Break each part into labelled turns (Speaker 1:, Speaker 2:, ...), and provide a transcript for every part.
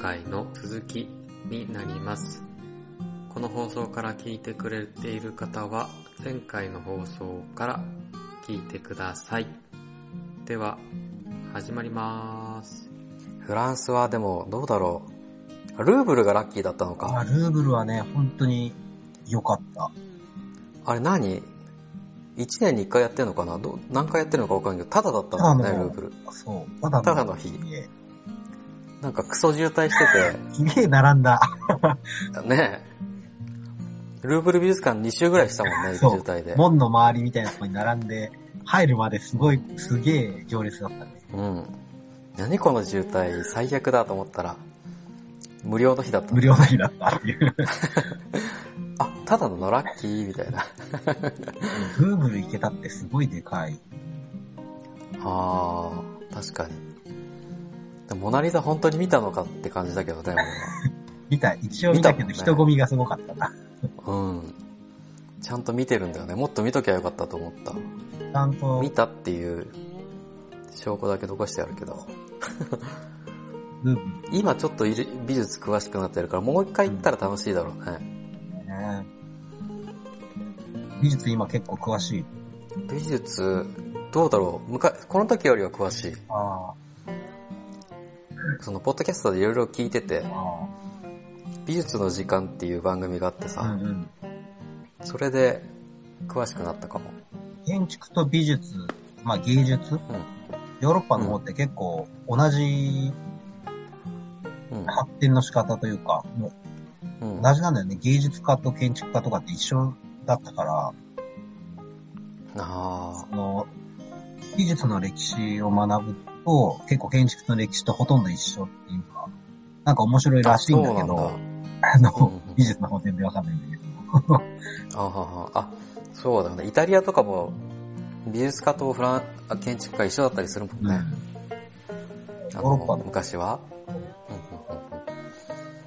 Speaker 1: 回の続きになります。この放送から聞いてくれている方は、前回の放送から聞いてください。では、始まります。
Speaker 2: フランスはでもどうだろう。ルーブルがラッキーだったの
Speaker 3: ま
Speaker 2: か。
Speaker 3: あルーブルはね、本当に良かった。
Speaker 2: あれ何 ?1 年に1回やってんのかなど何回やってるのかわかんないけど、ただだったんだよね、ルー
Speaker 3: ただの
Speaker 2: ブル。
Speaker 3: そう。ただ
Speaker 2: ただの日
Speaker 3: え
Speaker 2: なんかクソ渋滞して
Speaker 3: すげえ並んだ。
Speaker 2: て、ねえルーブル美術館2周ぐらいしたもんね、
Speaker 3: そう
Speaker 2: 渋滞で。
Speaker 3: 門の周りみたいなとこに並んで、入るまですごい、すげえ行列だったね。
Speaker 2: うん。何この渋滞、最悪だと思ったら、無料の日だった。
Speaker 3: 無料の日だったっていう。
Speaker 2: あ、ただのラッキーみたいな。
Speaker 3: ルーブル行けたってすごいでかい。
Speaker 2: あー、確かに。でもモナリザ本当に見たのかって感じだけどね、俺は。
Speaker 3: 見た、一応見たけど
Speaker 2: 見たもんね
Speaker 3: 人混みがすごかったな。
Speaker 2: うん。ちゃんと見てるんだよね。もっと見ときゃよかったと思った。
Speaker 3: ちゃんと
Speaker 2: 見たっていう証拠だけ残してあるけど。
Speaker 3: ルーブル
Speaker 2: 今ちょっといる美術詳しくなってるから、もう一回行ったら楽しいだろうね。
Speaker 3: ね。美術今結構詳しい。
Speaker 2: 美術、どうだろうむかこの時よりは詳しい。
Speaker 3: あ
Speaker 2: その、ポッドキャストでいろいろ聞いてて
Speaker 3: あ、、あ
Speaker 2: 美術の時間っていう番組があって
Speaker 3: あ。う
Speaker 2: さ、
Speaker 3: んうん。
Speaker 2: それで詳しくなったかも。
Speaker 3: 建築と美術、まあ芸術、ヨーロッパの方って結構同じ
Speaker 2: うん。
Speaker 3: 発展の仕方というか、もう
Speaker 2: うん。
Speaker 3: 同じなんだよね。芸術家と建築家とかって一緒だったから、
Speaker 2: あ
Speaker 3: あの、技術の歴史を学ぶと、結構建築の歴史とほとんど一緒っていうか、なんか面白い
Speaker 2: ー。
Speaker 3: らしいんだけ
Speaker 2: そうな
Speaker 3: ど、
Speaker 2: んだ。
Speaker 3: あの
Speaker 2: うんうん、
Speaker 3: 美術の方全然わかんないんだけど。
Speaker 2: あははあ、そうだよね。イタリアとかも、美術家とフランあ建築家一緒だったりするもんね。あ
Speaker 3: ヨーロッパ
Speaker 2: の
Speaker 3: の
Speaker 2: 昔は、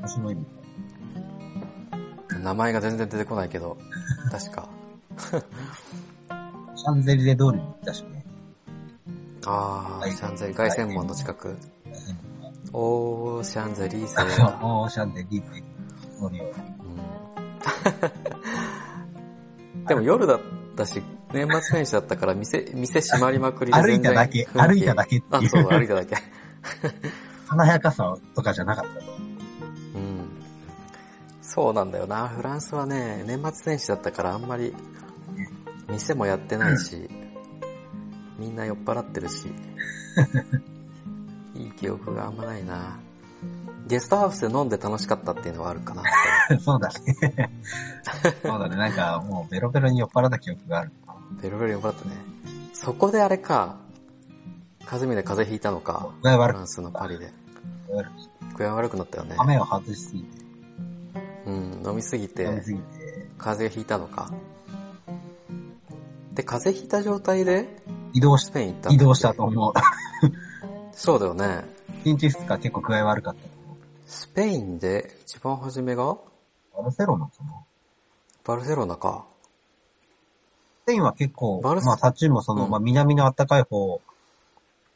Speaker 3: 面白いみ
Speaker 2: うんうんうん名前が全然出てこないけど、確か。
Speaker 3: たい。シャンゼリゼ通りに行ったしね。
Speaker 2: あ
Speaker 3: は
Speaker 2: ー、
Speaker 3: い
Speaker 2: シャンゼリ、凱旋門の近く。おー、シャンゼリーセ
Speaker 3: あ
Speaker 2: ー
Speaker 3: のオーシャンゼリゼ通り
Speaker 2: う
Speaker 3: を。
Speaker 2: ん でも夜だったし、年末年始だったから店、店閉まりまくりで
Speaker 3: 歩いただけ、歩いただ
Speaker 2: け。
Speaker 3: けって
Speaker 2: あ、
Speaker 3: い
Speaker 2: そう
Speaker 3: う、
Speaker 2: だ、歩いただけ。
Speaker 3: 華やかさとかじゃなかったと。
Speaker 2: うん。そうなんだよな。フランスはね、年末年始だったからあんまり、店もやってないし、みんな酔っ払ってるし、いい記憶があんまないな。ゲストハウスで飲んで楽しかったっていうのはあるかな。
Speaker 3: そうだね。そうだね。なんかもうベロベロに酔っ払った記憶がある。
Speaker 2: ベロベロ酔っ払ったね。そこであれか、カズミで風邪ひいたのか、
Speaker 3: 具合
Speaker 2: フ
Speaker 3: 悪く
Speaker 2: ランスのパリで。
Speaker 3: 具合悪く
Speaker 2: 具合悪くなったよね。
Speaker 3: 雨を外しすぎて、
Speaker 2: うん、飲みすぎて
Speaker 3: 飲み、すぎて、
Speaker 2: 風邪ひいたのか。で、風邪ひいた状態で、
Speaker 3: 移動し
Speaker 2: ス、ペイン行ったんだっけ
Speaker 3: 移動したと思う。
Speaker 2: そうだよね。
Speaker 3: 1日2日結構具合悪かった。
Speaker 2: スペインで一番初めが
Speaker 3: バルセロナかな
Speaker 2: バルセロナか。
Speaker 3: スペインは結構、
Speaker 2: バルセ
Speaker 3: まあ、タッチもその、
Speaker 2: うん
Speaker 3: まあ、南の暖かい方っ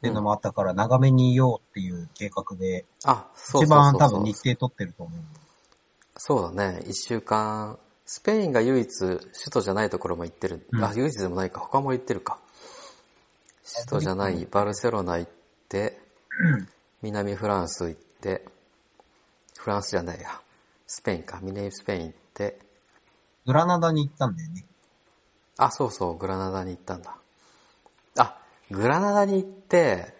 Speaker 3: ていうのもあったから、長めにいようっていう計画で、
Speaker 2: あ、そうそうそ
Speaker 3: 一
Speaker 2: う
Speaker 3: 番
Speaker 2: そう。
Speaker 3: 多分日程取ってると思う。
Speaker 2: そうだね。一週間。スペインが唯一首都じゃないところも行ってる。
Speaker 3: うん
Speaker 2: あ、唯一でもないか。他も行ってるか。首都じゃないバルセロナ行って、南フランス行って、フランスじゃないや。スペインか。南スペイン行って、
Speaker 3: グラナダに行ったんだよね。
Speaker 2: あ、そうそう、グラナダに行ったんだ。あ、グラナダに行って、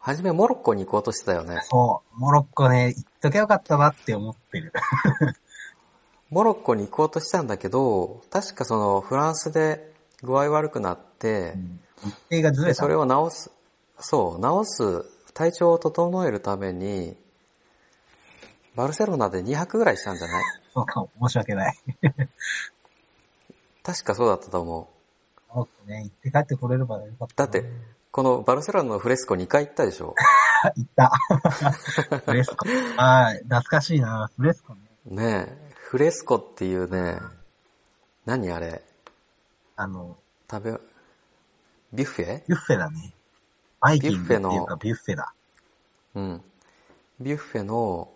Speaker 2: はじめモロッコに行こうとしてたよね。
Speaker 3: そう、モロッコね、行っときゃよかったなって思ってる。
Speaker 2: モロッコに行こうとしたんだけど、確かそのフランスで具合悪くなって、
Speaker 3: 日程がず
Speaker 2: で
Speaker 3: れた。
Speaker 2: それを治す、そう、治す、体調を整えるために、バルセロナで2泊ぐらいしたんじゃない
Speaker 3: そうかも、申し訳ない。
Speaker 2: 確かそうだったと思う。
Speaker 3: モロッコね、行って帰ってこれればよかった。
Speaker 2: だって、このバルセロナのフレスコ2回行ったでしょ
Speaker 3: あ、行った。フレスコ。 はい、懐かしいな。フレスコね。
Speaker 2: ねえ、フレスコっていうね、何あれ、
Speaker 3: あの、
Speaker 2: 食べ、ビュッフェ
Speaker 3: ビュッフェだね。バイキングってい
Speaker 2: ビュ
Speaker 3: う
Speaker 2: ッフェ
Speaker 3: か
Speaker 2: の
Speaker 3: ビュッフェだ。
Speaker 2: うん。ビュッフェの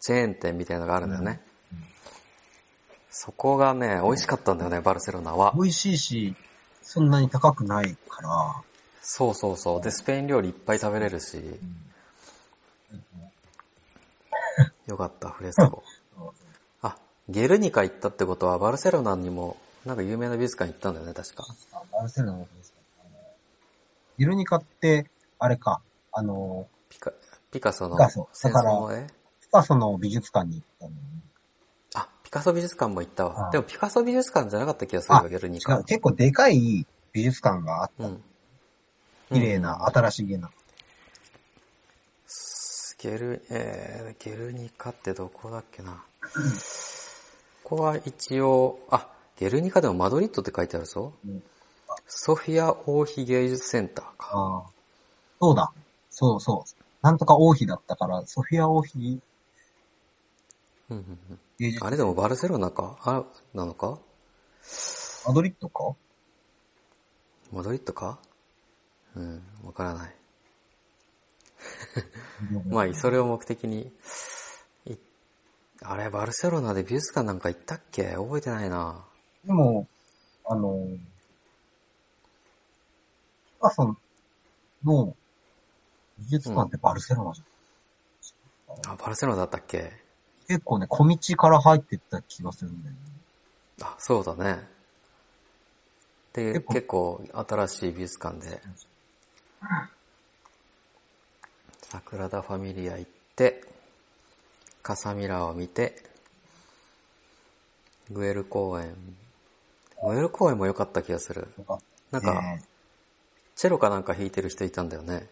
Speaker 2: チェーン店みたいなのがあるんだよね。そこがね、美味しかったんだよね、バルセロナは。
Speaker 3: 美味しいし、そんなに高くないから、
Speaker 2: そうそうそう。で、スペイン料理いっぱい食べれるし。よかった、フレスコ。あ、ゲルニカ行ったってことは、バルセロナにも、なんか有名な美術館行ったんだよね、確か。
Speaker 3: あバルセロナのですかゲルニカって、あれか、あの、
Speaker 2: ピカ、ピカソの
Speaker 3: ピカソ
Speaker 2: 戦争の絵
Speaker 3: ピカソの美術館に行ったのに、
Speaker 2: あ、ピカソ美術館も行った
Speaker 3: あ
Speaker 2: わ。でもピカソ美術館じゃなかった気がするよ、
Speaker 3: あ
Speaker 2: ゲルニ
Speaker 3: 違
Speaker 2: カ
Speaker 3: う、。結構でかい美術館があって、
Speaker 2: うん。
Speaker 3: 綺麗な、新しげな。
Speaker 2: ゲル、えー、ゲルニカってどこだっけな。ここは一応、あ、ゲルニカでもマドリッドって書いてあるぞ。
Speaker 3: うん
Speaker 2: ソフィア王妃芸術センターか。
Speaker 3: ああそうだ。そうそう。なんとか王妃だったから、ソフィア王妃
Speaker 2: うんうんうん
Speaker 3: 芸術
Speaker 2: あれでもバルセロナかあ、なのか
Speaker 3: マドリッドか
Speaker 2: マドリッドかうん、わからない。まあ、それを目的に、いあれ、バルセロナで美術館なんか行ったっけ覚えてないな。
Speaker 3: でも、あの、ピカソの美術館ってバルセロナじゃん。
Speaker 2: あ、バルセロナだったっけ
Speaker 3: 結構ね、小道から入ってった気がするんだよね。
Speaker 2: あ、そうだね。で、
Speaker 3: 結
Speaker 2: 結構新しい美術館で、サグラダ・ファミリア行って、カサミラを見て、グエル公園。グエル公園も良かった気がする。
Speaker 3: とか
Speaker 2: なんか、
Speaker 3: ね
Speaker 2: チェロかなんか弾いてる人いたんだよね。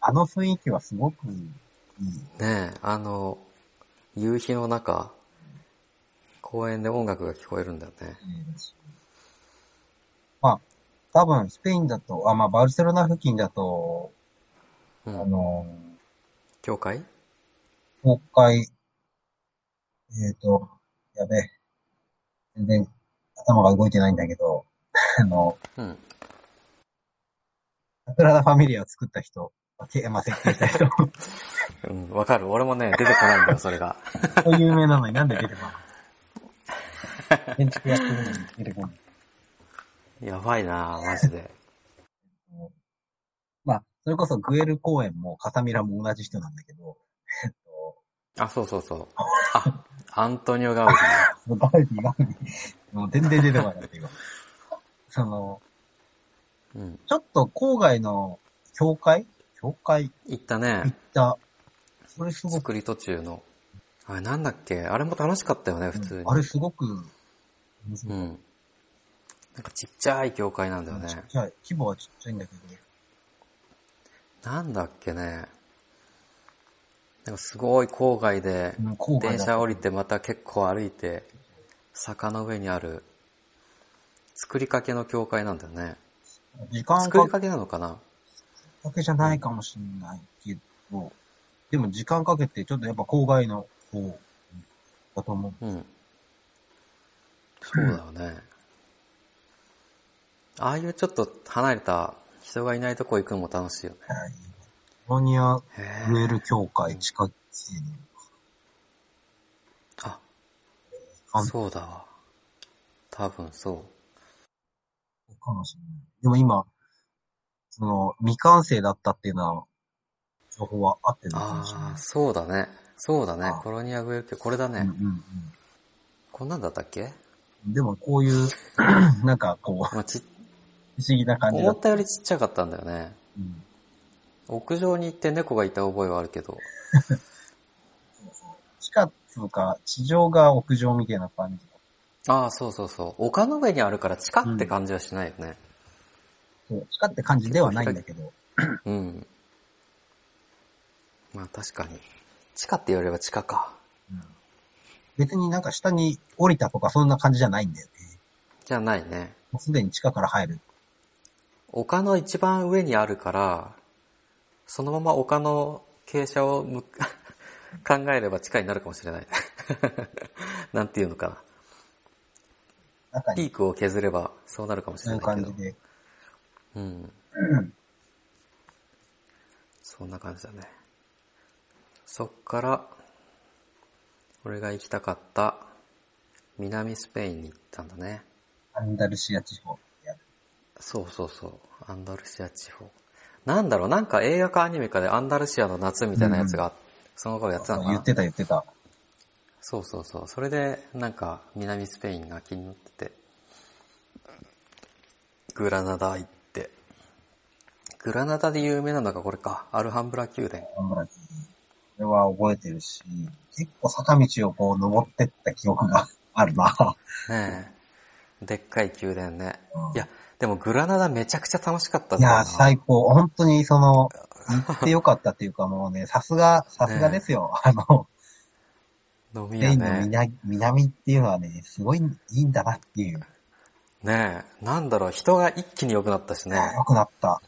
Speaker 3: あの雰囲気はすごくいい。
Speaker 2: ねえ、あの、夕日の中、公園で音楽が聞こえるんだよね。
Speaker 3: まあ、多分、スペインだと、あ、まあ、バルセロナ付近だと、
Speaker 2: う
Speaker 3: あ
Speaker 2: ん。
Speaker 3: の、
Speaker 2: 教会
Speaker 3: 公開、えっ、と、やべえ、全然頭が動いてないんだけど、 あの、
Speaker 2: うん。
Speaker 3: サグラダ・ファミリアを作った人、まあけまあ、設計した人、
Speaker 2: うん、わかる。俺もね、出てこ ないんだよ、それが。
Speaker 3: 有名なのになんで出てこない建築やってるのに出てこない。
Speaker 2: やばいなマジで。
Speaker 3: まあ、それこそグエル公園もカサミラも同じ人なんだけど、えっと、
Speaker 2: あ、そうそうそう。あ、アントニオ・ガウディ。
Speaker 3: ガウディ、ガウディ、もう全然出てこなかった今。その、
Speaker 2: うん。
Speaker 3: ちょっと郊外の教会教会
Speaker 2: 行った
Speaker 3: 行っ
Speaker 2: ね。
Speaker 3: た。それすごく、
Speaker 2: 作り途中の。あれなんだっけあれも楽しかったよね、普通に。
Speaker 3: あれすごく、
Speaker 2: うん。なんかちっちゃい教会なんだよね
Speaker 3: ち。っちゃい。規模はちっちゃいんだけど、
Speaker 2: なんだっけね。なんかすごい郊外で、
Speaker 3: うん郊外
Speaker 2: 電
Speaker 3: だ
Speaker 2: 車降りてまた結構歩いて、坂の上にある、作りかけの教会なんだよね。
Speaker 3: 時間
Speaker 2: 作り
Speaker 3: か
Speaker 2: かけなのかな
Speaker 3: けじゃないかもしれないけど、でも時間かけて、ちょっとやっぱ郊外の方だと思う。
Speaker 2: うん。そうだよね。ああいうちょっと離れた人がいないとこ行くのも楽しいよね。
Speaker 3: ロニア・ウ
Speaker 2: へえ
Speaker 3: ェル協会地下地に
Speaker 2: あ、
Speaker 3: 関係
Speaker 2: そうだわ。多分そ
Speaker 3: かもしれない。でも今、その、未完成だったっていうのは、情報は合ってる
Speaker 2: う。
Speaker 3: のかもしれ
Speaker 2: あ
Speaker 3: な
Speaker 2: あ、
Speaker 3: い。
Speaker 2: そうだね。そうだね
Speaker 3: あ。
Speaker 2: コロニアグエル教、これだね。
Speaker 3: うんうん
Speaker 2: こんなんだったっけ
Speaker 3: うん、でもこういう、なんかこう、
Speaker 2: まあ、ちっ
Speaker 3: 不思議な感じだ
Speaker 2: 思
Speaker 3: っ。
Speaker 2: ったたよりちっちゃかったんだよね。
Speaker 3: うん
Speaker 2: 屋上に行って猫がいた覚えはあるけど。
Speaker 3: 地下っつうか、地上が屋上みたいな感じ。
Speaker 2: ああ、そうそうそう。丘の上にあるから地下って感じはしないよね。
Speaker 3: そう地下って感じではないんだけど、
Speaker 2: うん。まあ確かに。地下って言われれば地下か。
Speaker 3: 別になんか下に降りたとかそんな感じじゃないんだよね。
Speaker 2: じゃないね。
Speaker 3: もうすでに地下から入る。
Speaker 2: 丘の一番上にあるから、そのまま丘の傾斜をむ 考えれば地下になるかもしれない。 なんていうのかな。
Speaker 3: 中
Speaker 2: ピ
Speaker 3: に
Speaker 2: ークを削ればそうなるかもし
Speaker 3: そう
Speaker 2: れ
Speaker 3: いう
Speaker 2: ないけ
Speaker 3: 感
Speaker 2: ど
Speaker 3: じ。で。
Speaker 2: うん。そんな感じだね。そっから、俺が行きたかった南スペインに行ったんだね。
Speaker 3: アンダルシア地方ってやつ。
Speaker 2: そうそうそう。アンダルシア地方。なんだろう、なんか映画かアニメかでアンダルシアの夏みたいなやつが、その頃やってたのか
Speaker 3: 言
Speaker 2: な
Speaker 3: ってた言ってた。
Speaker 2: そうそうそう。それで、なんか、南スペインが気になってて、グラナダ行って、グラナダで有名なのがこれか、アルハンブラ宮殿。
Speaker 3: アンブラキー。これは覚えてるし、結構坂道をこう登ってった記憶があるな。
Speaker 2: ねえ。でっかい宮殿ね
Speaker 3: うん。
Speaker 2: いや、でもグラナダめちゃくちゃ楽しかったん
Speaker 3: い
Speaker 2: だよな
Speaker 3: や、最高。本当にその、行ってよかったっていうかもうね、さすが、さすがですよ。あの、
Speaker 2: 飲
Speaker 3: ス
Speaker 2: み
Speaker 3: ペ
Speaker 2: 屋
Speaker 3: インの
Speaker 2: ね。
Speaker 3: 南南っていうのはね、すごいいいんだなっていう。
Speaker 2: ねえ。なんだろう、人が一気に良くなったしね。
Speaker 3: 良くなった。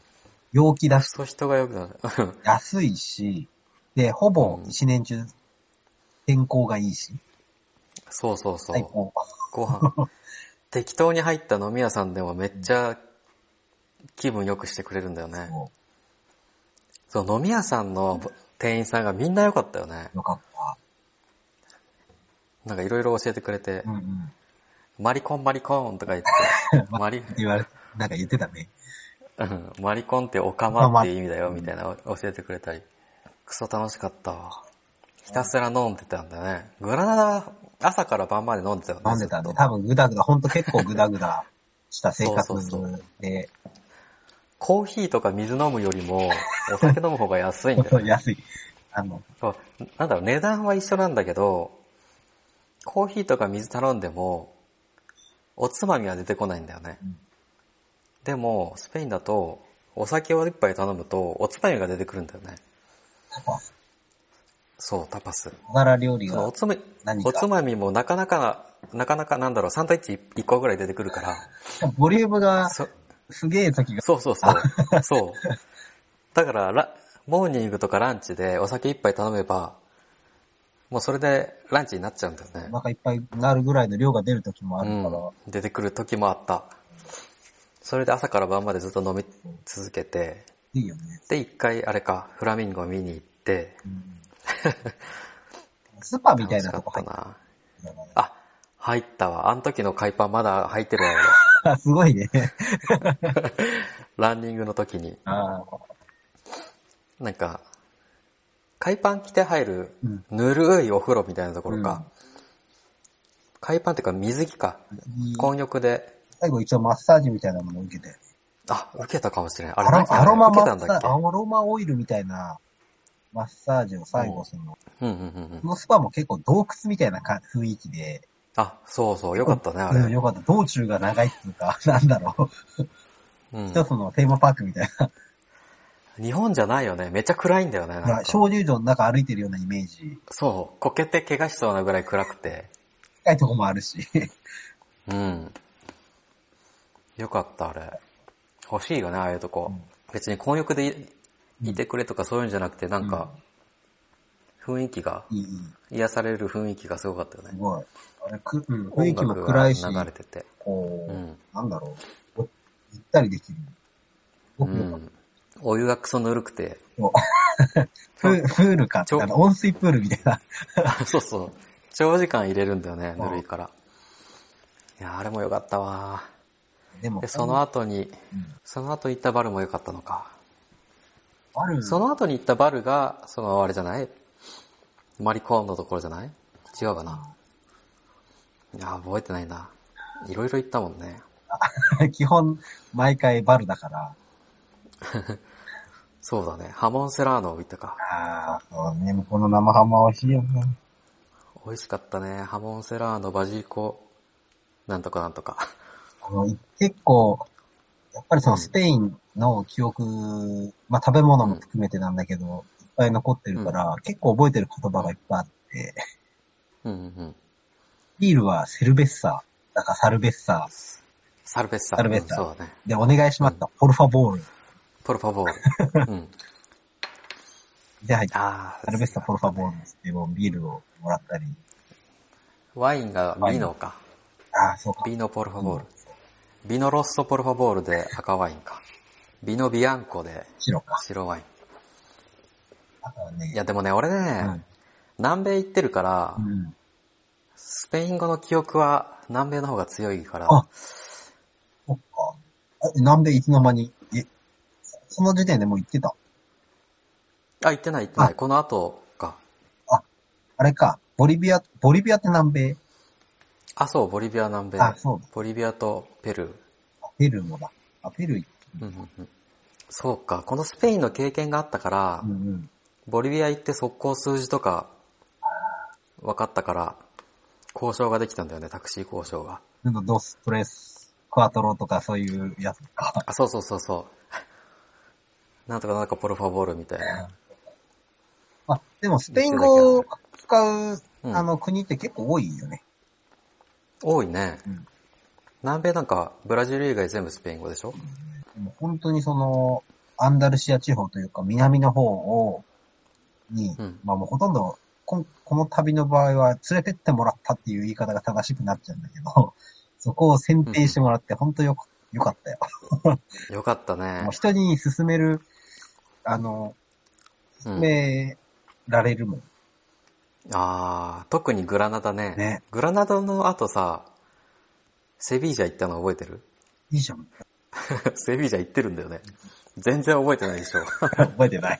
Speaker 3: 陽気だし、
Speaker 2: そう人が良くなる。うん
Speaker 3: 安いし、で、ほぼ一年中、天候がいいし、
Speaker 2: そうそうそ
Speaker 3: 最
Speaker 2: う。
Speaker 3: 高。
Speaker 2: ご飯。適当に入った飲み屋さんでもめっちゃ気分良くしてくれるんだよね。そう、飲み屋さんの店員さんがみんな良かったよね。
Speaker 3: よかっ
Speaker 2: なんかいろいろ教えてくれて
Speaker 3: た。うん、うん。
Speaker 2: マリコンマリコンとか言って、 マリ、
Speaker 3: 言われ、なんか言ってたね。
Speaker 2: うんマリコンってオカマっていう意味だよみたいな教えてくれたり。クソ楽しかったわ。ひたすら飲んでたんだね。グラナダ朝から晩まで飲んでたよね。
Speaker 3: 飲んでた
Speaker 2: ず
Speaker 3: ね
Speaker 2: っ。と
Speaker 3: 多分グダグダ、ほんと結構グダグダした生活で、
Speaker 2: そうそうそコーヒーとか水飲むよりも、お酒飲む方が安いんだよね。
Speaker 3: 安い。あの、
Speaker 2: そう、なんだろう、値段は一緒なんだけど、コーヒーとか水頼んでも、おつまみは出てこないんだよね。
Speaker 3: うん
Speaker 2: でも、スペインだと、お酒を一杯頼むと、おつまみが出てくるんだよね。
Speaker 3: タパス
Speaker 2: そう、タパス。
Speaker 3: 小皿料理
Speaker 2: そのお
Speaker 3: が、
Speaker 2: つまみ
Speaker 3: 何、か
Speaker 2: おつまみもなかなか、なかなかなんだろう、サンドイッチ1個ぐらい出てくるから、
Speaker 3: ボリュームが
Speaker 2: そ
Speaker 3: すげえ時が、
Speaker 2: そうそうそう。そう。だから、ラ、モーニングとかランチでお酒一杯頼めば、もうそれでランチになっちゃうんだよね
Speaker 3: お。腹いっぱいになるぐらいの量が出る時もある
Speaker 2: う
Speaker 3: から、
Speaker 2: ん、出てくる時もあった。それで朝から晩までずっと飲み続けて、
Speaker 3: いいよね。
Speaker 2: で、一回あれか、フラミンゴ見に行って、
Speaker 3: うん、スパみたいなとこ
Speaker 2: 楽
Speaker 3: 入
Speaker 2: しかった
Speaker 3: って
Speaker 2: な。
Speaker 3: たよね
Speaker 2: あ、入ったわ。あの時の海パンまだ入ってるわ、 俺
Speaker 3: あ、すごいね。
Speaker 2: ランニングの時に。
Speaker 3: ああ、
Speaker 2: なんか、海パン着て入る
Speaker 3: うん、
Speaker 2: ぬるいお風呂みたいなところ
Speaker 3: うん
Speaker 2: か。海パンっていうか水着か。
Speaker 3: いい
Speaker 2: 混浴で、
Speaker 3: 最後一応マッサージみたいなものを受けて。
Speaker 2: あ、受けたかもしれん。あ
Speaker 3: ア
Speaker 2: れ、
Speaker 3: ロ
Speaker 2: なんか
Speaker 3: アロマ
Speaker 2: 受
Speaker 3: マ
Speaker 2: けたん
Speaker 3: ッサ
Speaker 2: だ
Speaker 3: ー
Speaker 2: っ
Speaker 3: ジ、アロマオイルみたいなマッサージを最後するの。
Speaker 2: けうんうんうんうん
Speaker 3: こ。のスパも結構洞窟みたいなか雰囲気で、
Speaker 2: あ、そうそう、よかったね、あ
Speaker 3: うん、
Speaker 2: れ。
Speaker 3: よかった。道中が長いっていうか、なんだろう。
Speaker 2: うん。
Speaker 3: 一つのテーマパークみたいな。
Speaker 2: 日本じゃないよね。めっちゃ暗いんだよね。なん
Speaker 3: ほら
Speaker 2: か
Speaker 3: 小竜城の中歩いてるようなイメージ。
Speaker 2: そう。こけて怪我しそうなぐらい暗くて。
Speaker 3: 深いとこもあるし。
Speaker 2: うん。よかった、あれ。欲しいよね、ああいうとこ。別に混浴でいいてくれとかそういうんじゃなくて、なんか、雰囲気が、
Speaker 3: いい、いい。
Speaker 2: 癒される雰囲気がすごかったよ
Speaker 3: す
Speaker 2: ね。
Speaker 3: ごい。あれく、うん、雰囲
Speaker 2: 音
Speaker 3: 気も
Speaker 2: 楽
Speaker 3: 暗
Speaker 2: が
Speaker 3: いし、
Speaker 2: 流れてて。
Speaker 3: こう、
Speaker 2: うん
Speaker 3: なんだろう。お行ったりできる。
Speaker 2: う
Speaker 3: 僕も、
Speaker 2: ん。お湯がクソぬるくて。
Speaker 3: プープールかって、
Speaker 2: ちょ
Speaker 3: あの、温水プールみたいな。
Speaker 2: あそうそう。長時間入れるんだよね、
Speaker 3: うん
Speaker 2: ぬるいから。いや、あれもよかったわ。
Speaker 3: でも
Speaker 2: で、、その後に、その後行ったバルも良かったのか。
Speaker 3: ある、
Speaker 2: その後に行ったバルが、そのあれじゃないマリコーンのところじゃない違うかないや、覚えてないな。いろいろ行ったもんね。
Speaker 3: 基本、毎回バルだから、
Speaker 2: そうだね。ハモンセラーノ行ったか。
Speaker 3: ああ、そうね、向こうの生ハムは美味しいよね。
Speaker 2: 美味しかったね。ハモンセラーノ、バジリコ、なんとかなんとか。
Speaker 3: あの、結構、やっぱりそのスペインの記憶、まあ食べ物も含めてなんだけど、いっぱい残ってるから、結構覚えてる言葉がいっぱいあって、
Speaker 2: うんうんうん。
Speaker 3: ビールはセルベッサー、だからサルベッサ
Speaker 2: サルベッサ。
Speaker 3: サルベッサ
Speaker 2: うんそうだね。
Speaker 3: ー。で、お願いしますと、ポルファボール。
Speaker 2: ポルパボール。 うん。
Speaker 3: で、入って、
Speaker 2: あ
Speaker 3: サルベッサーポルファボールっていうビールをもらったり。
Speaker 2: ワインがビノか。
Speaker 3: ああ、そうか。
Speaker 2: ビノポルファボール。ビノロッソポルファボールで赤ワインか。ビノビアンコで
Speaker 3: 白か。
Speaker 2: 白ワイン。
Speaker 3: あとはね、
Speaker 2: いや、でもね、俺ね、
Speaker 3: うん
Speaker 2: 南米行ってるから、
Speaker 3: うん。
Speaker 2: スペイン語の記憶は南米の方が強いから、
Speaker 3: あそっか。あなんでいつの間に、え、その時点でもう行ってた。
Speaker 2: あ、行ってない行ってな
Speaker 3: あ
Speaker 2: い。この後か。
Speaker 3: あれか、ボリビア、ボリビアって南米
Speaker 2: あ、そう、ボリビア南米。
Speaker 3: あ、そうだ。
Speaker 2: ボリビアとペルー。
Speaker 3: ペルーもだ。あ、ペルー行って
Speaker 2: うんうんうんそうか、このスペインの経験があったから、
Speaker 3: た。うんうん。
Speaker 2: ボリビア行って速攻数字とか分かったから、交渉ができたんだよね、タクシー交渉が。
Speaker 3: なんかドストレス、クアトロとかそういうやつか。
Speaker 2: あ、そうそうそうそう。なんとかなんとかポルファボールみたいな。
Speaker 3: まあ、でもスペイン語を使う、
Speaker 2: うん
Speaker 3: あの、国って結構多いよね。
Speaker 2: 多いね。
Speaker 3: うん
Speaker 2: 南米なんかブラジル以外全部スペイン語でしょ
Speaker 3: でも本当にその、アンダルシア地方というか南の方を、に、
Speaker 2: うん
Speaker 3: まあもうほとんどこ、この旅の場合は連れてってもらったっていう言い方が正しくなっちゃうんだけど、 そこを選定してもらって本当よく、よかったよ。
Speaker 2: よかった
Speaker 3: も
Speaker 2: ね
Speaker 3: う。人に勧める、あの、
Speaker 2: う
Speaker 3: 勧
Speaker 2: ん、
Speaker 3: められるもん。
Speaker 2: あー、特にグラナダね。
Speaker 3: ね
Speaker 2: グラナダの後さ、セビージャ行ったの覚えてる
Speaker 3: いいじゃん。
Speaker 2: セビージャ行ってるんだよね。全然覚えてない でしょ。
Speaker 3: 覚えてない。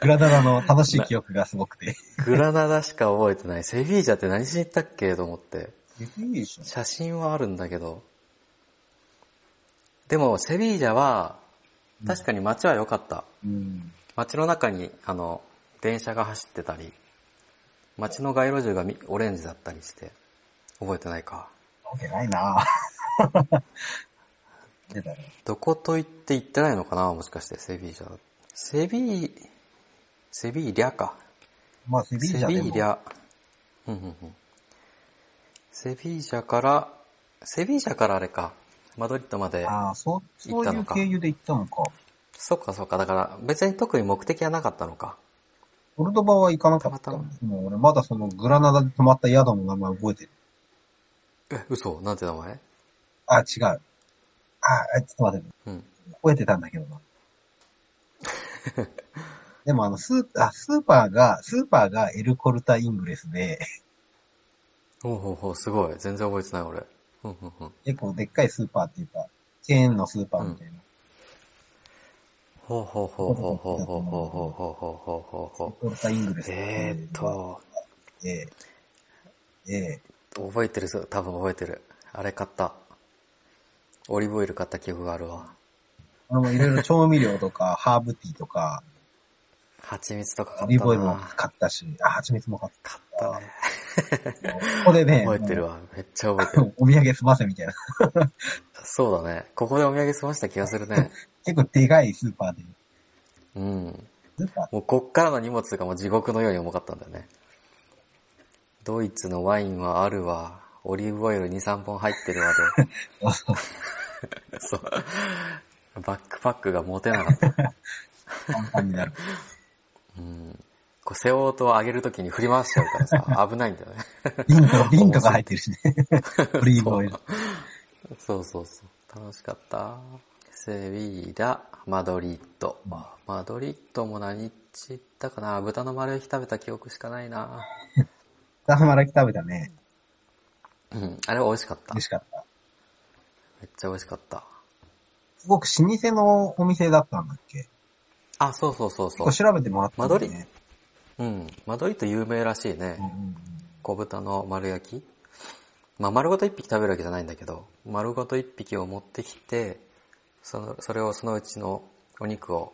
Speaker 3: グラダラの正しい記憶がすごくて。
Speaker 2: グラナダしか覚えてない。セビージャって何しに行ったっけと思って。
Speaker 3: いいでしょ。
Speaker 2: 写真はあるんだけど。でも、セビージャは、確かに街は良かった。
Speaker 3: うん。
Speaker 2: 街の中に、あの、電車が走ってたり、街の街路樹がみオレンジだったりして、覚えてないか。
Speaker 3: 覚えてないな 出たね。
Speaker 2: どこと言って行ってないのかなもしかして、セビージャ。セビー、セビーリャか。
Speaker 3: まあ、セビー
Speaker 2: セ
Speaker 3: ジャ
Speaker 2: ビ
Speaker 3: で
Speaker 2: ー
Speaker 3: も
Speaker 2: リ。ャ。うんうんうん。セビージャから、セビージャからあれか、マドリッドまで。
Speaker 3: ああ、そう、
Speaker 2: 行
Speaker 3: そ
Speaker 2: った
Speaker 3: うい
Speaker 2: の
Speaker 3: う
Speaker 2: か
Speaker 3: 経由で行ったのか。
Speaker 2: そっかそっか、だから別に特に目的はなかったのか。
Speaker 3: オルドバは行かなかった。
Speaker 2: たま
Speaker 3: もう俺まだそのグラナダで泊まった宿の名前覚えてる。
Speaker 2: え、嘘なんて名前
Speaker 3: あ、違う。あ、あちょっと待って、
Speaker 2: うん。
Speaker 3: 覚えてたんだけどな。 でもあの、スー、あ、スーパーが、スーパーがエルコルタイングレスで、
Speaker 2: ほうほうほう、すごい。全然覚えてない俺。うんうんうん。
Speaker 3: 結構でっかいスーパーっていうか、チェーンのスーパーみたいな。
Speaker 2: ほうほうほうほうほうほうほうほうほうほうほうほう
Speaker 3: エルコルタイングレスって
Speaker 2: えー
Speaker 3: い
Speaker 2: っ
Speaker 3: うの
Speaker 2: と、
Speaker 3: があって。えええ
Speaker 2: 覚えてるぞ、多分覚えてる。あれ買った。オリーブオイル買った記憶があるわ。
Speaker 3: 俺もいろいろ調味料とか、ハーブティーとか、
Speaker 2: 蜂蜜とか
Speaker 3: オ
Speaker 2: 買
Speaker 3: リ
Speaker 2: っ
Speaker 3: ー
Speaker 2: た
Speaker 3: ブオイルも
Speaker 2: な。
Speaker 3: 買ったし、あ、蜂蜜も買っ
Speaker 2: 買ったね。
Speaker 3: たよ。ここでね、
Speaker 2: 覚えてるわ。めっちゃ覚えてる。
Speaker 3: お土産済ませみたいな。
Speaker 2: そうだね。ここでお土産済ました気がするね。
Speaker 3: 結構でかいスーパーで。
Speaker 2: うん。
Speaker 3: スーパー
Speaker 2: もうこっからの荷物がもう地獄のように重かったんだよね。ドイツのワインはあるわ。オリーブオイル2、3本入ってるわ
Speaker 3: そう
Speaker 2: で。そう。バックパックが持てなかった。
Speaker 3: パンパンになる。
Speaker 2: うん。こう背負うと上げるときに振り回しちゃうから さ、危ないんだよね。
Speaker 3: 瓶と、瓶とか入ってるしね。オリーブオイル。
Speaker 2: そうそうそう。楽しかった。セビーラ、マドリッド。マドリッドも何日行ったかな豚の丸焼き食べた記憶しかないな。
Speaker 3: ダハマラキ食べたね。
Speaker 2: うん。あれは美味しかった。
Speaker 3: 美
Speaker 2: め
Speaker 3: 味しかった。
Speaker 2: っちゃ美味しかった。
Speaker 3: すごく老舗のお店だったんだっけ
Speaker 2: あ、そうそうそうそう
Speaker 3: これ。調べてもらったんだよね。
Speaker 2: うん。マドリッド有名らしいね。
Speaker 3: うんうんうん
Speaker 2: 小豚の丸焼き。まあ、丸ごと一匹食べるわけじゃないんだけど、丸ごと一匹を持ってきて、その、それをそのうちのお肉を、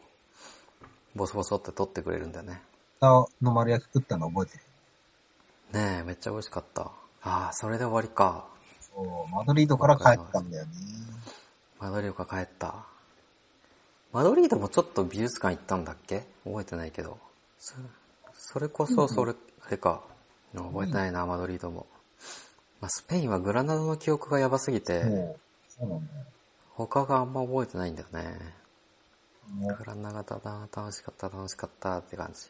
Speaker 2: ボソボソって取ってくれるんだよね。
Speaker 3: 豚の丸焼き食ったの覚えてる。
Speaker 2: ねえ、めっちゃ美味しかった。ああ、それで終わりか。
Speaker 3: そう、マドリードから帰ったんだよね。
Speaker 2: マドリードから帰った。マドリードもちょっと美術館行ったんだっけ覚えてないけど。そそれこそ、それ、あれか。覚えてないな、マドリードも。まあ、スペインはグラナダの記憶がやばすぎて、
Speaker 3: もう、そうなんだよ。
Speaker 2: 他があんま覚えてないんだよね。
Speaker 3: もう
Speaker 2: グラナダだな、楽しかった、楽しかったって感じ。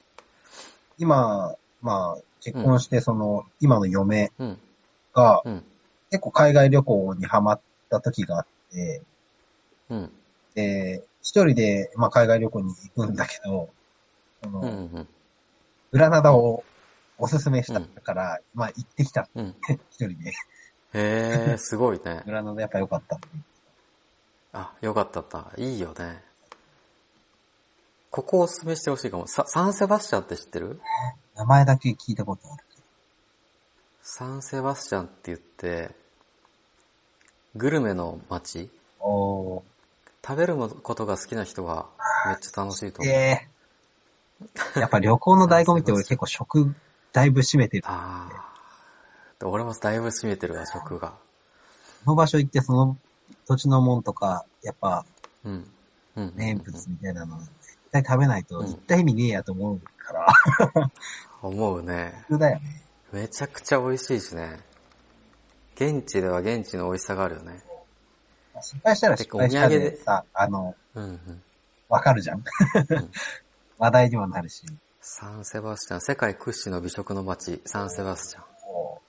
Speaker 3: 今、まあ、結婚して、その、今の嫁
Speaker 2: うん、
Speaker 3: が、
Speaker 2: うん、
Speaker 3: 結構海外旅行にハマった時があって、
Speaker 2: うん、
Speaker 3: で、一人で、まあ、海外旅行に行くんだけど、その
Speaker 2: うん、うん、
Speaker 3: グラナダをおすすめした
Speaker 2: うん
Speaker 3: から、まあ行ってきた、
Speaker 2: うん。
Speaker 3: 一人で。
Speaker 2: へえ、すごいね
Speaker 3: グ。ラナダやっぱ良かったって。
Speaker 2: あ、よかったった。いいよね。ここをおすすめしてほしいかも。ササンセバスチャンって知ってる
Speaker 3: 名前だけ聞いたことある。
Speaker 2: サンセバスチャンって言って、グルメの街
Speaker 3: お
Speaker 2: 食べることが好きな人はめっちゃ楽しいと
Speaker 3: ー。
Speaker 2: 思う。
Speaker 3: ええやっぱ旅行の醍醐味って俺結構食、だいぶ占めてる。
Speaker 2: ああ。で俺もだいぶ占めてるわ、食が。
Speaker 3: その場所行ってその土地のもんとか、やっぱ
Speaker 2: うん。うん。
Speaker 3: 名物みたいなの、絶対食べないと、
Speaker 2: うん
Speaker 3: 絶対意味ねえやと思う から、
Speaker 2: 思うね。
Speaker 3: 普通だよね。
Speaker 2: めちゃくちゃ美味しいしね。現地では現地の美味しさがあるよね。
Speaker 3: 失敗したら失敗し
Speaker 2: てか
Speaker 3: た
Speaker 2: お土
Speaker 3: で
Speaker 2: 産で
Speaker 3: さ、あの、
Speaker 2: うんうん。
Speaker 3: わかるじゃん。 話題にもなるし。
Speaker 2: サンセバスチャン、世界屈指の美食の街、サンセバスチャン。
Speaker 3: こ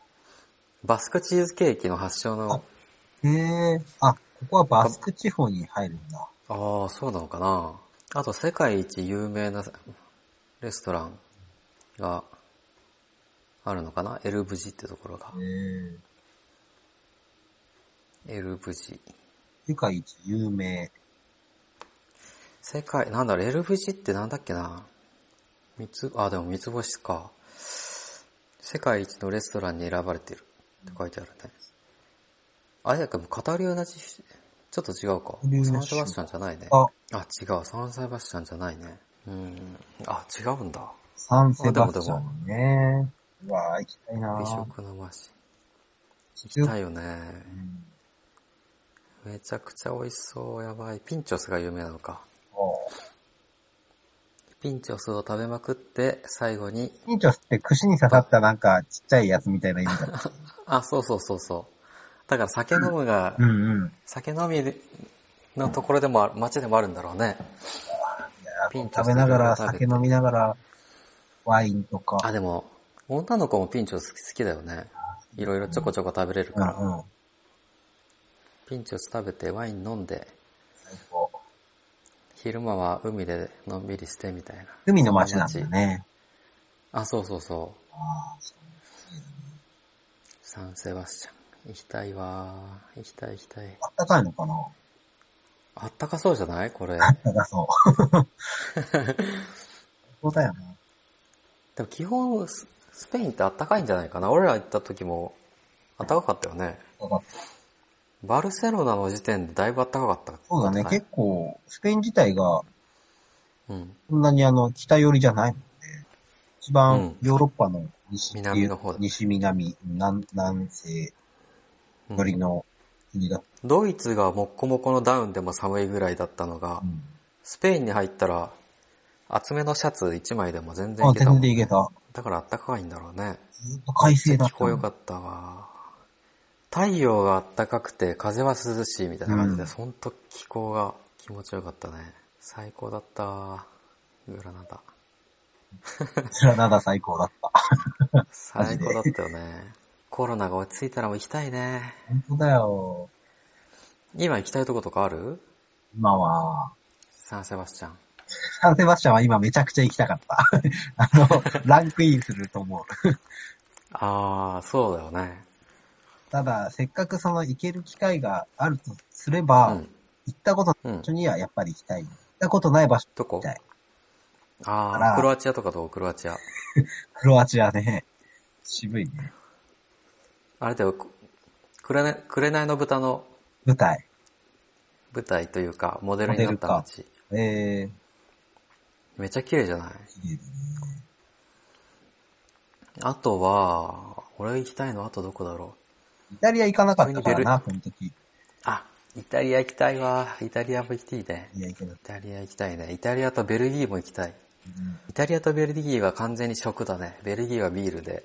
Speaker 2: バスクチーズケーキの発祥の、
Speaker 3: うへえ、あ、ここはバスク地方に入るんだ。
Speaker 2: ああ、そうなのかな。あと世界一有名なレストランがあるのかなエルブジってところが
Speaker 3: へ。え。
Speaker 2: エルブジ。
Speaker 3: 世界一有名。
Speaker 2: 世界、なんだろう、エルブジってなんだっけな三つ、あ、でも三つ星か。世界一のレストランに選ばれてるって書いてあるね。あれだっけ、もうカタリオナチ、ちょっと違うか。
Speaker 3: リオ
Speaker 2: サ
Speaker 3: ナ
Speaker 2: ン
Speaker 3: チ
Speaker 2: セバスチャンじゃないね。
Speaker 3: あ、
Speaker 2: あ、違う、サンセバスチャンじゃないね。うん。あ、違うんだ。
Speaker 3: サンセバスチャンね。うわぁ、行きたいな
Speaker 2: 美
Speaker 3: ぁ。
Speaker 2: 食の街。
Speaker 3: 美
Speaker 2: だよね。
Speaker 3: うん
Speaker 2: めちゃくちゃ美味しそう、やばい。ピンチョスが有名なのか。
Speaker 3: おう
Speaker 2: ピンチョスを食べまくって、最後に、
Speaker 3: ピンチョスって串に刺さったなんかちっちゃいやつみたいな意味だ。
Speaker 2: あ、そうそうそうそう。だから酒飲むが
Speaker 3: う、んうん。
Speaker 2: 酒飲みのところでもある、街でもあるんだろうね。ピンチョス
Speaker 3: 食べながら、
Speaker 2: 食べて
Speaker 3: 酒飲みながら、ワインとか。
Speaker 2: あ、でも、女の子もピンチョス好きだよね。いろいろちょこちょこ食べれる
Speaker 3: う
Speaker 2: か
Speaker 3: ん
Speaker 2: ら。
Speaker 3: うん。
Speaker 2: ピンチョス食べてワイン飲んで、
Speaker 3: 最高。
Speaker 2: 昼間は海でのんびりしてみたいな。
Speaker 3: 海の街なんだよね。
Speaker 2: あ、そうそうそう。
Speaker 3: あー
Speaker 2: サンセバスチャン。行きたいわー。行きたい行きたい。
Speaker 3: あったかいのかな
Speaker 2: あったかそうじゃない これ。
Speaker 3: あったかそう。そうだよね。
Speaker 2: でも基本ス、スペインってあったかいんじゃないかな俺ら行った時も、あったかかったよね。
Speaker 3: そうだ
Speaker 2: バルセロナの時点でだいぶあったかかった。
Speaker 3: そうだね。
Speaker 2: はい
Speaker 3: 結構、スペイン自体が
Speaker 2: うん。
Speaker 3: そんなにあの、北寄りじゃないもんね。一
Speaker 2: うん
Speaker 3: 番ヨーロッパの西、
Speaker 2: 南の方だ
Speaker 3: 西南、南、南西
Speaker 2: うん
Speaker 3: 寄りの国だっ
Speaker 2: ドイツがもっこもこのダウンでも寒いぐらいだったのが
Speaker 3: た。う、ん
Speaker 2: スペインに入ったら、厚めのシャツ1枚でも全然
Speaker 3: あ、
Speaker 2: いけたも
Speaker 3: 全
Speaker 2: ん
Speaker 3: 然いけた。
Speaker 2: だからあったかいんだろうね。
Speaker 3: ずっと快晴だっ
Speaker 2: 聞
Speaker 3: た。
Speaker 2: こえよかったわ。太陽があったかくて風は涼しいみたいな感じで、
Speaker 3: うん
Speaker 2: ほんと気候が気持ちよかったね。最高だったわグラナダ。
Speaker 3: グラナダ最高だ った。
Speaker 2: 最高だったよね。コロナが落ち着いたらもう行きたいね。
Speaker 3: 本当だよ。
Speaker 2: 今行きたいとことかある
Speaker 3: 今は、
Speaker 2: サンセバスチャン。
Speaker 3: サンセバスチャンは今めちゃくちゃ行きたかった。 あの、ランクインすると思う。
Speaker 2: あー、そうだよね。
Speaker 3: ただ、せっかくその行ける機会があるとすれば、
Speaker 2: うん。
Speaker 3: 行ったこと
Speaker 2: う
Speaker 3: 場
Speaker 2: ん
Speaker 3: 所。にはやっぱり行きたい。行ったことない場所
Speaker 2: どこ
Speaker 3: 行きたい。
Speaker 2: あ
Speaker 3: から
Speaker 2: ー、クロアチアとかどうクロアチア。
Speaker 3: クロアチアね。 渋いね。
Speaker 2: あれだよ、くくれな、くれないの豚の
Speaker 3: 舞台。
Speaker 2: 舞台というか、モデルになった街。
Speaker 3: えー、
Speaker 2: めっちゃ綺麗じゃない
Speaker 3: 綺麗だね
Speaker 2: あとは、俺行きたいのあとどこだろう。
Speaker 3: イタリア行かなかったからな、この時。イ
Speaker 2: あ、イタリア行きたいわ。イタリアも行きたいね。
Speaker 3: タリア行けな
Speaker 2: イ
Speaker 3: かっ
Speaker 2: タリア行きたいね。イタリアとベルギーも行きたい。
Speaker 3: たうん
Speaker 2: イタリアとベルギーは完全に食だね。ベルギーはビールで。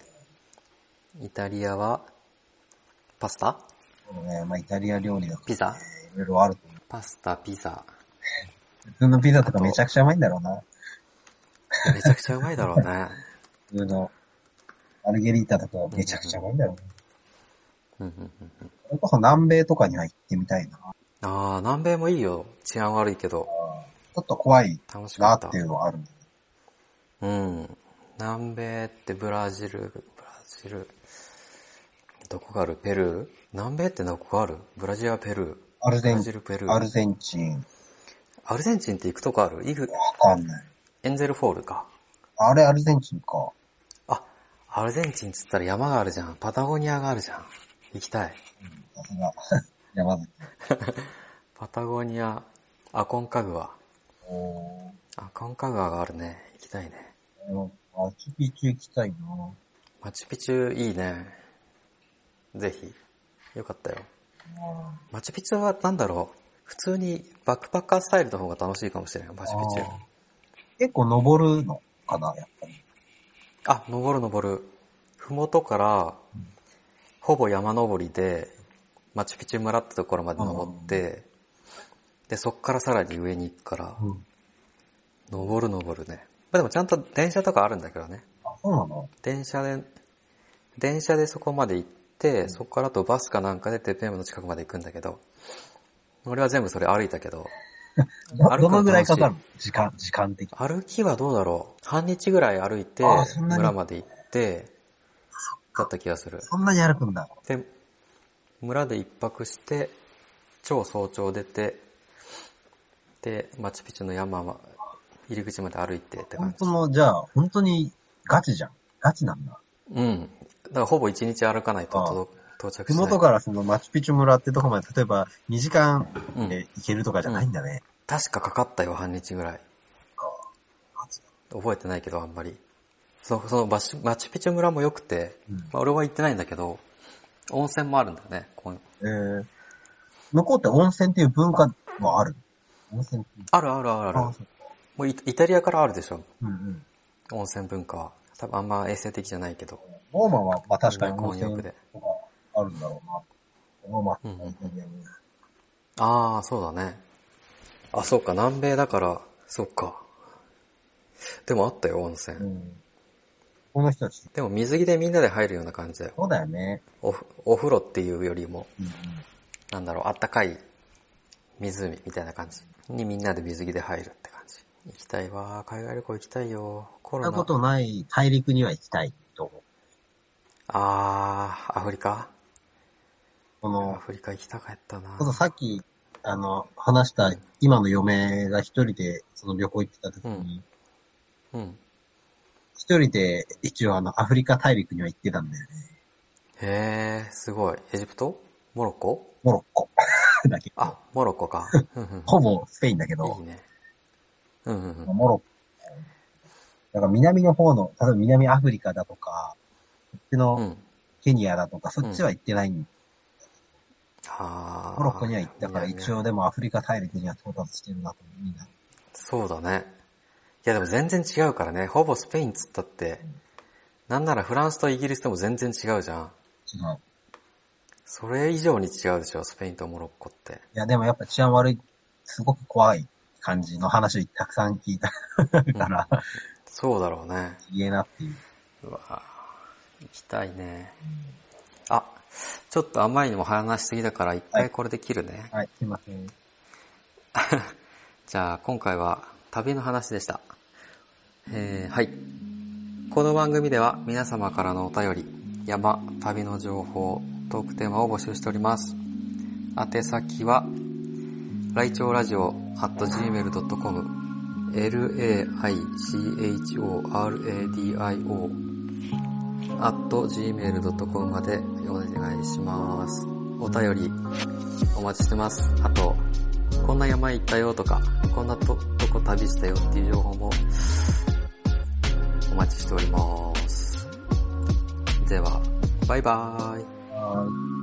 Speaker 2: イタリアは、パスタ
Speaker 3: そうね、まあイタリア料理だと
Speaker 2: ピザ
Speaker 3: いろいろあると思う。
Speaker 2: パスタ、ピザ。
Speaker 3: 普通のピザとかめちゃくちゃうまいんだろうな。
Speaker 2: いやめちゃくちゃうまいだろうね。
Speaker 3: 普通の、マルゲリータとかめちゃくちゃうまいんだろうな。
Speaker 2: うんうんうん
Speaker 3: それこそ南米とかには行ってみたいな。ち
Speaker 2: あー、南米もいいよ。治安悪いけど。
Speaker 3: ょっと怖い
Speaker 2: 楽しか
Speaker 3: な
Speaker 2: っ
Speaker 3: ったてい。うのはある。
Speaker 2: うん。南米ってブラジル、ブラジル、どこがあるペルー南米ってどこがあるブラジルはペルー。
Speaker 3: アル
Speaker 2: ブ
Speaker 3: ゼ
Speaker 2: ラ
Speaker 3: ン
Speaker 2: ジ
Speaker 3: チ
Speaker 2: ル、ペル
Speaker 3: ン、
Speaker 2: ー。
Speaker 3: アルゼンチン、
Speaker 2: アルゼンチンって行くとこあるイグ、
Speaker 3: わかんない。
Speaker 2: エンゼルフォールか。
Speaker 3: あれアルゼンチンか。
Speaker 2: あ、アルゼンチンっつったら山があるじゃん。パタゴニアがあるじゃん。行きたい。
Speaker 3: さすが。 山崎。
Speaker 2: パタゴニア、アコンカグア。
Speaker 3: おー
Speaker 2: アコンカグアがあるね。行きたいね。
Speaker 3: でもマチュピチュ行きたいな
Speaker 2: マチュピチュいいね。ぜひ。よかったよ。マチュピチュはなんだろう。普通にバックパッカースタイルの方が楽しいかもしれない。マチュピチュ
Speaker 3: あ。結構登るのかな、やっぱり。
Speaker 2: あ、登る登る。ふもとから、ほぼ山登りで、マチュピチュ村ってところまで登って、で、そっからさらに上に行くから、
Speaker 3: うん。
Speaker 2: 登る登るね。まあ、でもちゃんと電車とかあるんだけどね。
Speaker 3: あ、そうなの
Speaker 2: 電車で、電車でそこまで行って、そこからあとバスかなんかでてっぺんの近くまで行くんだけど、俺は全部それ歩いたけど、
Speaker 3: ど
Speaker 2: 歩くの
Speaker 3: どのぐらいか
Speaker 2: 楽しい
Speaker 3: かるの時間、時間的に。
Speaker 2: 歩きはどうだろう半日ぐらい歩いて
Speaker 3: あそんなに
Speaker 2: 村まで行ってだった気がする
Speaker 3: そんなに歩くんだ。
Speaker 2: で村で一泊して超早朝出てでマチュピチュの山は入り口まで歩いてって
Speaker 3: 本
Speaker 2: 感
Speaker 3: 当
Speaker 2: じ
Speaker 3: の、じゃあ、本当にガチじゃん。ガチなんだ。
Speaker 2: うんだからほぼ一日歩かないと
Speaker 3: あ
Speaker 2: 届到着
Speaker 3: ふ
Speaker 2: しな
Speaker 3: も
Speaker 2: い
Speaker 3: とからそのマチュピチュ村ってとこまで、例えば2時間
Speaker 2: うん
Speaker 3: で行けるとかじゃないんだね。
Speaker 2: 確かかかったよ半日ぐらい
Speaker 3: マジ
Speaker 2: 覚えてないけどあんまりそそのマチュマチュピチュ村も良くて、
Speaker 3: うん
Speaker 2: まあ、俺は行ってないんだけど温泉もあるんだよねこう
Speaker 3: えー、向こうって温泉っていう文化はある温泉っていう
Speaker 2: あるあるあるある
Speaker 3: あそう
Speaker 2: もうイイタリアからあるでしょ、
Speaker 3: うんうん。
Speaker 2: 温泉文化は。多分あんま衛生的じゃないけど。
Speaker 3: ローマは、まあ確かに
Speaker 2: 混
Speaker 3: 温
Speaker 2: 浴
Speaker 3: 泉と
Speaker 2: で
Speaker 3: かあるんだろうな。ローマって本当にね
Speaker 2: ああ、そうだね。あ、そうか、南米だから、そうか。でもあったよ、温泉。
Speaker 3: うん。この人たち、
Speaker 2: でも水着でみんなで入るような感じだよ。
Speaker 3: そうだよね。
Speaker 2: おふお風呂っていうよりも、
Speaker 3: うんうん。
Speaker 2: なんだろう、あったかい湖みたいな感じにみんなで水着で入るって感じ。行きたいわー、海外旅行行きたいよ。コ
Speaker 3: そん
Speaker 2: ロ
Speaker 3: なこ
Speaker 2: ナ。
Speaker 3: とない大陸には行きたいと思う。
Speaker 2: あー、アフリカ
Speaker 3: こ
Speaker 2: ア
Speaker 3: の、
Speaker 2: フリカ行きたかったな
Speaker 3: こ。のさっき、あの、話した、今の嫁が一人で、その旅行行ってた時に、
Speaker 2: うん。
Speaker 3: 一人で一応あの、アフリカ大陸には行ってたんだよね。
Speaker 2: へー、すごい。エジプトモロッコ
Speaker 3: モロッコ。 だけど
Speaker 2: あ、モロッコか。うんうん
Speaker 3: ほぼスペインだけ
Speaker 2: い
Speaker 3: ど
Speaker 2: い、ね。うんうんうん。
Speaker 3: モロッコ。だから南の方の、例えば南アフリカだとか、こっち
Speaker 2: う
Speaker 3: の
Speaker 2: ん。
Speaker 3: ケニアだとか、そっちは行ってない、
Speaker 2: あー
Speaker 3: モロッコには行ったから、
Speaker 2: いいね
Speaker 3: 一応でもアフリカ大陸には到達してるなと思う。いいな。
Speaker 2: そうだね。いやでも全然違うからね。ほぼスペインっつったって、なんならフランスとイギリスでも全然違うじゃん。
Speaker 3: 違う。
Speaker 2: それ以上に違うでしょ、スペインとモロッコって。
Speaker 3: いや、でもやっぱ治安悪い、すごく怖い感じの話をたくさん聞いた から、
Speaker 2: そうだろうね。
Speaker 3: 言えなっていう。
Speaker 2: うわー行きたいね。あ、ちょっとあまりにも話しすぎだから一回これで切るね。
Speaker 3: はい、すいません。
Speaker 2: じゃあ今回は旅の話でした。えー、はい。この番組では皆様からのお便り、山、旅の情報、トークテーマを募集しております。宛先は、来庁ラジオ at gmail.com laichoradio at gmail.com までお願いします。お便りお待ちしてます。あと、こんな山行ったよとか、こんなととこ旅したよっていう情報もお待ちしております。では、バイバーイ。
Speaker 3: あー